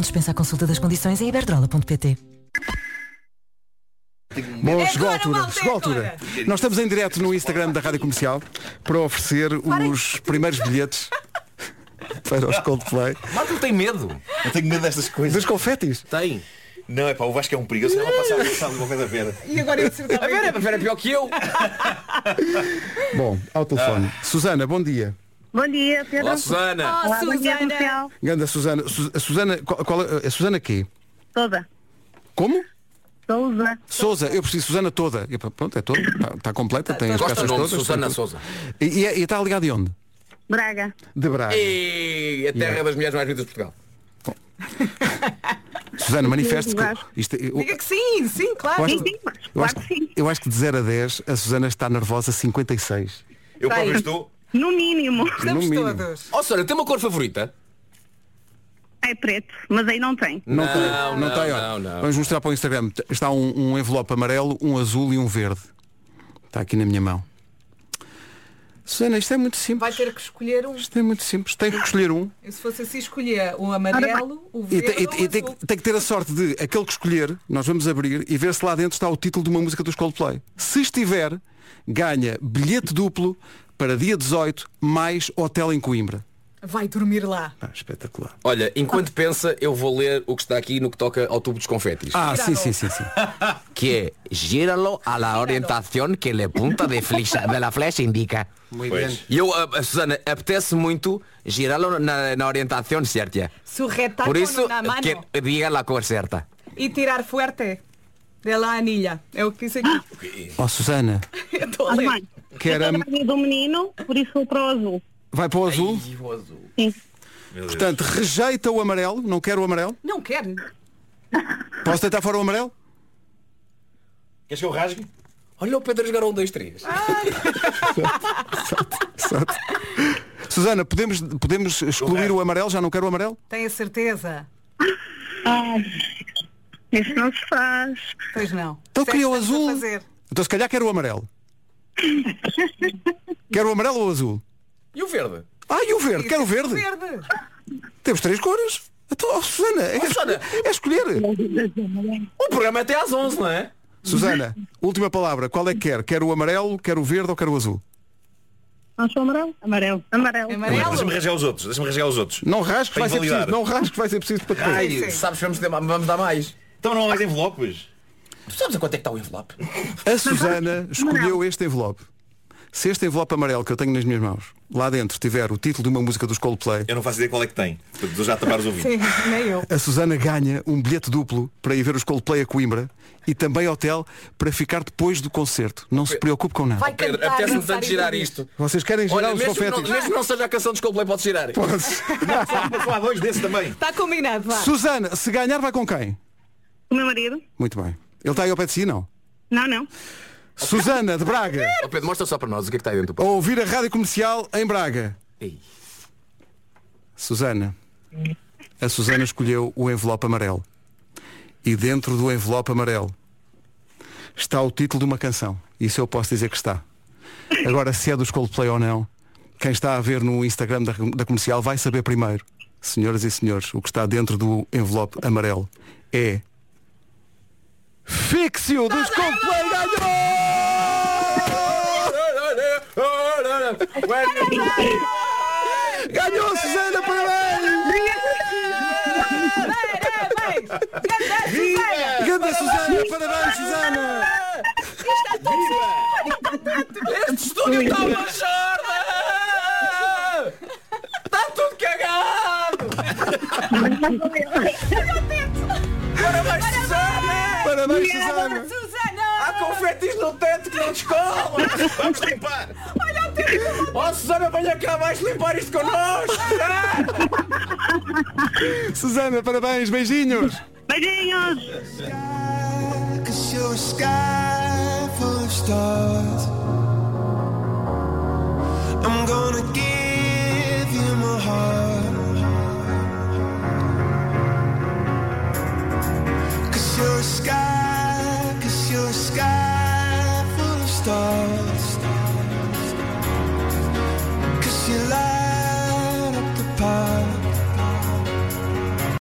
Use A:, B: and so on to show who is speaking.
A: Dispensa a consulta das condições em iberdrola.pt.
B: Bom,
C: É
B: chegou a
C: agora,
B: altura,
C: malta, é
B: chegou a altura. né? Nós estamos em direto no Instagram da Rádio Comercial para oferecer os primeiros bilhetes para os Coldplay.
D: Marco tem medo.
E: Eu tenho medo destas coisas.
B: Dos confetis.
F: Tá.
D: Tem.
E: Não, é pá, o Vasco é um perigo. Eu sei lá, passava, sabe uma coisa a ver.
C: E agora eu acertava.
D: A Vera, a Vera é pior que eu.
B: Bom, ao telefone.
F: Ah.
B: Susana, bom dia.
F: Bom dia, Pedro.
D: Olá, Susana.
C: Oh,
F: bom dia,
C: Susana.
F: comercial.
B: Ganda Susana. Su- a Susana, qual, qual é- a Susana quê?
F: Toda.
B: Como?
F: Souza.
B: Souza, eu preciso Susana toda. E, pá, pronto, é toda. Está completa, tem as
D: Gosta
B: peças
D: do nome
B: todas.
D: de Susana
B: tem tudo.
D: Souza.
B: E, e, é- e está ligado de onde?
F: Braga.
B: De Braga.
D: É. E a terra é das mulheres mais bonitas de Portugal.
B: Susana, manifeste-se.
F: Vasco.
B: que- Isto, é, eu,
C: Diga É que sim, sim, claro.
B: eu acho,
F: Sim, sim, mas
B: eu, acho,
F: claro que sim.
B: eu acho que de 0 a 10 a Susana está nervosa 56.
C: Tem.
E: Eu próprio estou.
F: No mínimo.
C: Estamos
B: no mínimo.
C: todos.
D: Ó, Oh, Susana, tem uma cor favorita?
F: É preto, mas aí não tem.
B: Não,
D: Não,
B: tem,
D: não,
B: não, tem. olha.
D: não, não.
B: Vamos mostrar para o Instagram. T- Está um, um envelope amarelo, um azul e um verde. Está aqui na minha mão. Susana, isto é muito
C: Vai
B: simples.
C: ter que escolher um.
B: Isto é muito simples. Tem que escolher um.
C: Eu, se fosse assim, escolhia o amarelo, o
B: E,
C: verde
B: te- e te- e tem,
C: ou o azul.
B: que- tem que ter a sorte de aquele que escolher, nós vamos abrir e ver se lá dentro está o título de uma música dos Coldplay. Se estiver, ganha bilhete duplo para dia 18 mais hotel em Coimbra.
C: Vai dormir lá.
D: Ah,
B: Pá, espetacular.
D: Olha,
C: Ah.
D: enquanto pensa, eu vou ler o que está aqui no que toca ao tubo dos confetis.
B: Ah, sim, sim, sim, sim.
D: Que é, gíralo a la orientação que le punta de, flecha, de la flecha indica.
B: Muito
E: Pois.
D: E eu, a, a Susana, apetece muito girá-lo na, na orientação certa.
C: Se o retáculo
D: Por isso,
C: na mano
D: que diga a cor certa.
C: e tirar fuerte de la anilha. É o que disse aqui.
B: Ó Susana,
C: Eu estou a
F: Mas,
C: ler.
F: mãe,
B: quer
F: eu
B: a-
F: sou grávida do menino, por isso vou para o azul.
B: vai para o azul.
F: Sim.
B: Portanto, rejeita o amarelo, não quero o amarelo.
C: Não quer.
B: Posso tentar fora o amarelo?
E: Queres que eu rasgue?
D: Olha o Pedro jogar um, dois, três.
B: Exato. Susana, podemos, podemos excluir o amarelo? Já não quero o amarelo?
C: Tenho a certeza.
F: Ai, isso não se faz.
C: Pois não.
B: Então
C: Sei
B: queria o
C: que estamos a
B: azul.
C: fazer.
B: Então se calhar quero o amarelo. Quero o amarelo ou o azul?
D: E o verde?
B: Ah, e o verde? Quero o verde.
C: é Verde.
B: Temos três cores. Então, ó, Susana, é,
D: Susana.
B: é escolher.
D: O programa é até às 11, não é?
B: Susana, última palavra. Qual é que quer? Quer o amarelo, quer o verde ou quer o azul?
F: Não sou amarelo? Amarelo. Amarelo.
E: Deixa-me
C: Amarelo.
E: rasgar os outros. Deixa-me rasgar os outros.
B: Não rasque, vai
E: Tem
B: ser
E: que
B: preciso.
E: validar.
B: Não rasque, vai ser preciso para depois.
D: Ai,
C: sim.
D: sabes que vamos, ter- vamos dar mais.
E: Então não há mais envelopes.
D: Tu sabes a quanto é que está o envelope?
B: A Susana escolheu este envelope. Se este envelope amarelo que eu tenho nas minhas mãos, lá dentro tiver o título de uma música dos Coldplay,
E: Eu não faço ideia qual é que tem. Portanto, Vou já tapar os ouvidos.
C: Sim, nem eu.
B: a Susana ganha um bilhete duplo para ir ver os Coldplay a Coimbra e também hotel para ficar depois do concerto. Não se preocupe com nada.
C: Vai
D: Pedro,
C: cantar,
D: apetece-me
C: dançar
D: tanto
C: e
D: girar
C: dormir.
D: isto.
B: Vocês querem girar
D: Olha,
B: os
D: mesmo que, não,
B: confetis?
D: mesmo que não seja a canção dos Coldplay, pode girar.
E: Mas lá há dois desses também.
C: Está Tá combinado, vá.
B: Susana, se ganhar vai com quem?
F: O meu marido?
B: Muito bem. Ele está aí ao pé de si, não?
F: Não, não.
B: Susana de Braga,
D: Ó Pedro, mostra só para nós o que é que está aí dentro.
B: a ouvir a rádio comercial em Braga.
D: Ei.
B: Susana. A Susana escolheu o envelope amarelo. E dentro do envelope amarelo está o título de uma canção. Isso eu posso dizer que está. Agora, se é dos Coldplay ou não, quem está a ver no Instagram da, da comercial vai saber primeiro. Senhoras e senhores, o que está dentro do envelope amarelo é. Fixio dos Coldplay ganhou! Ganhou, Susana, parabéns!
C: Parabéns! Grande Susana!
B: Ganda Susana, parabéns, Susana!
D: Este estúdio está uma jorda! Está Tá tudo cagado!
B: Parabéns,
D: Parabéns, Susana!
B: Susana! Ah,
C: Susana!
D: Há confetis no teto que não descolam!
E: Vamos limpar.
D: Ó Susana, venha cá abaixo limpar isto connosco!
B: Susana, parabéns, beijinhos!
F: Beijinhos.
G: I'm gonna give you my heart. Cause you're a sky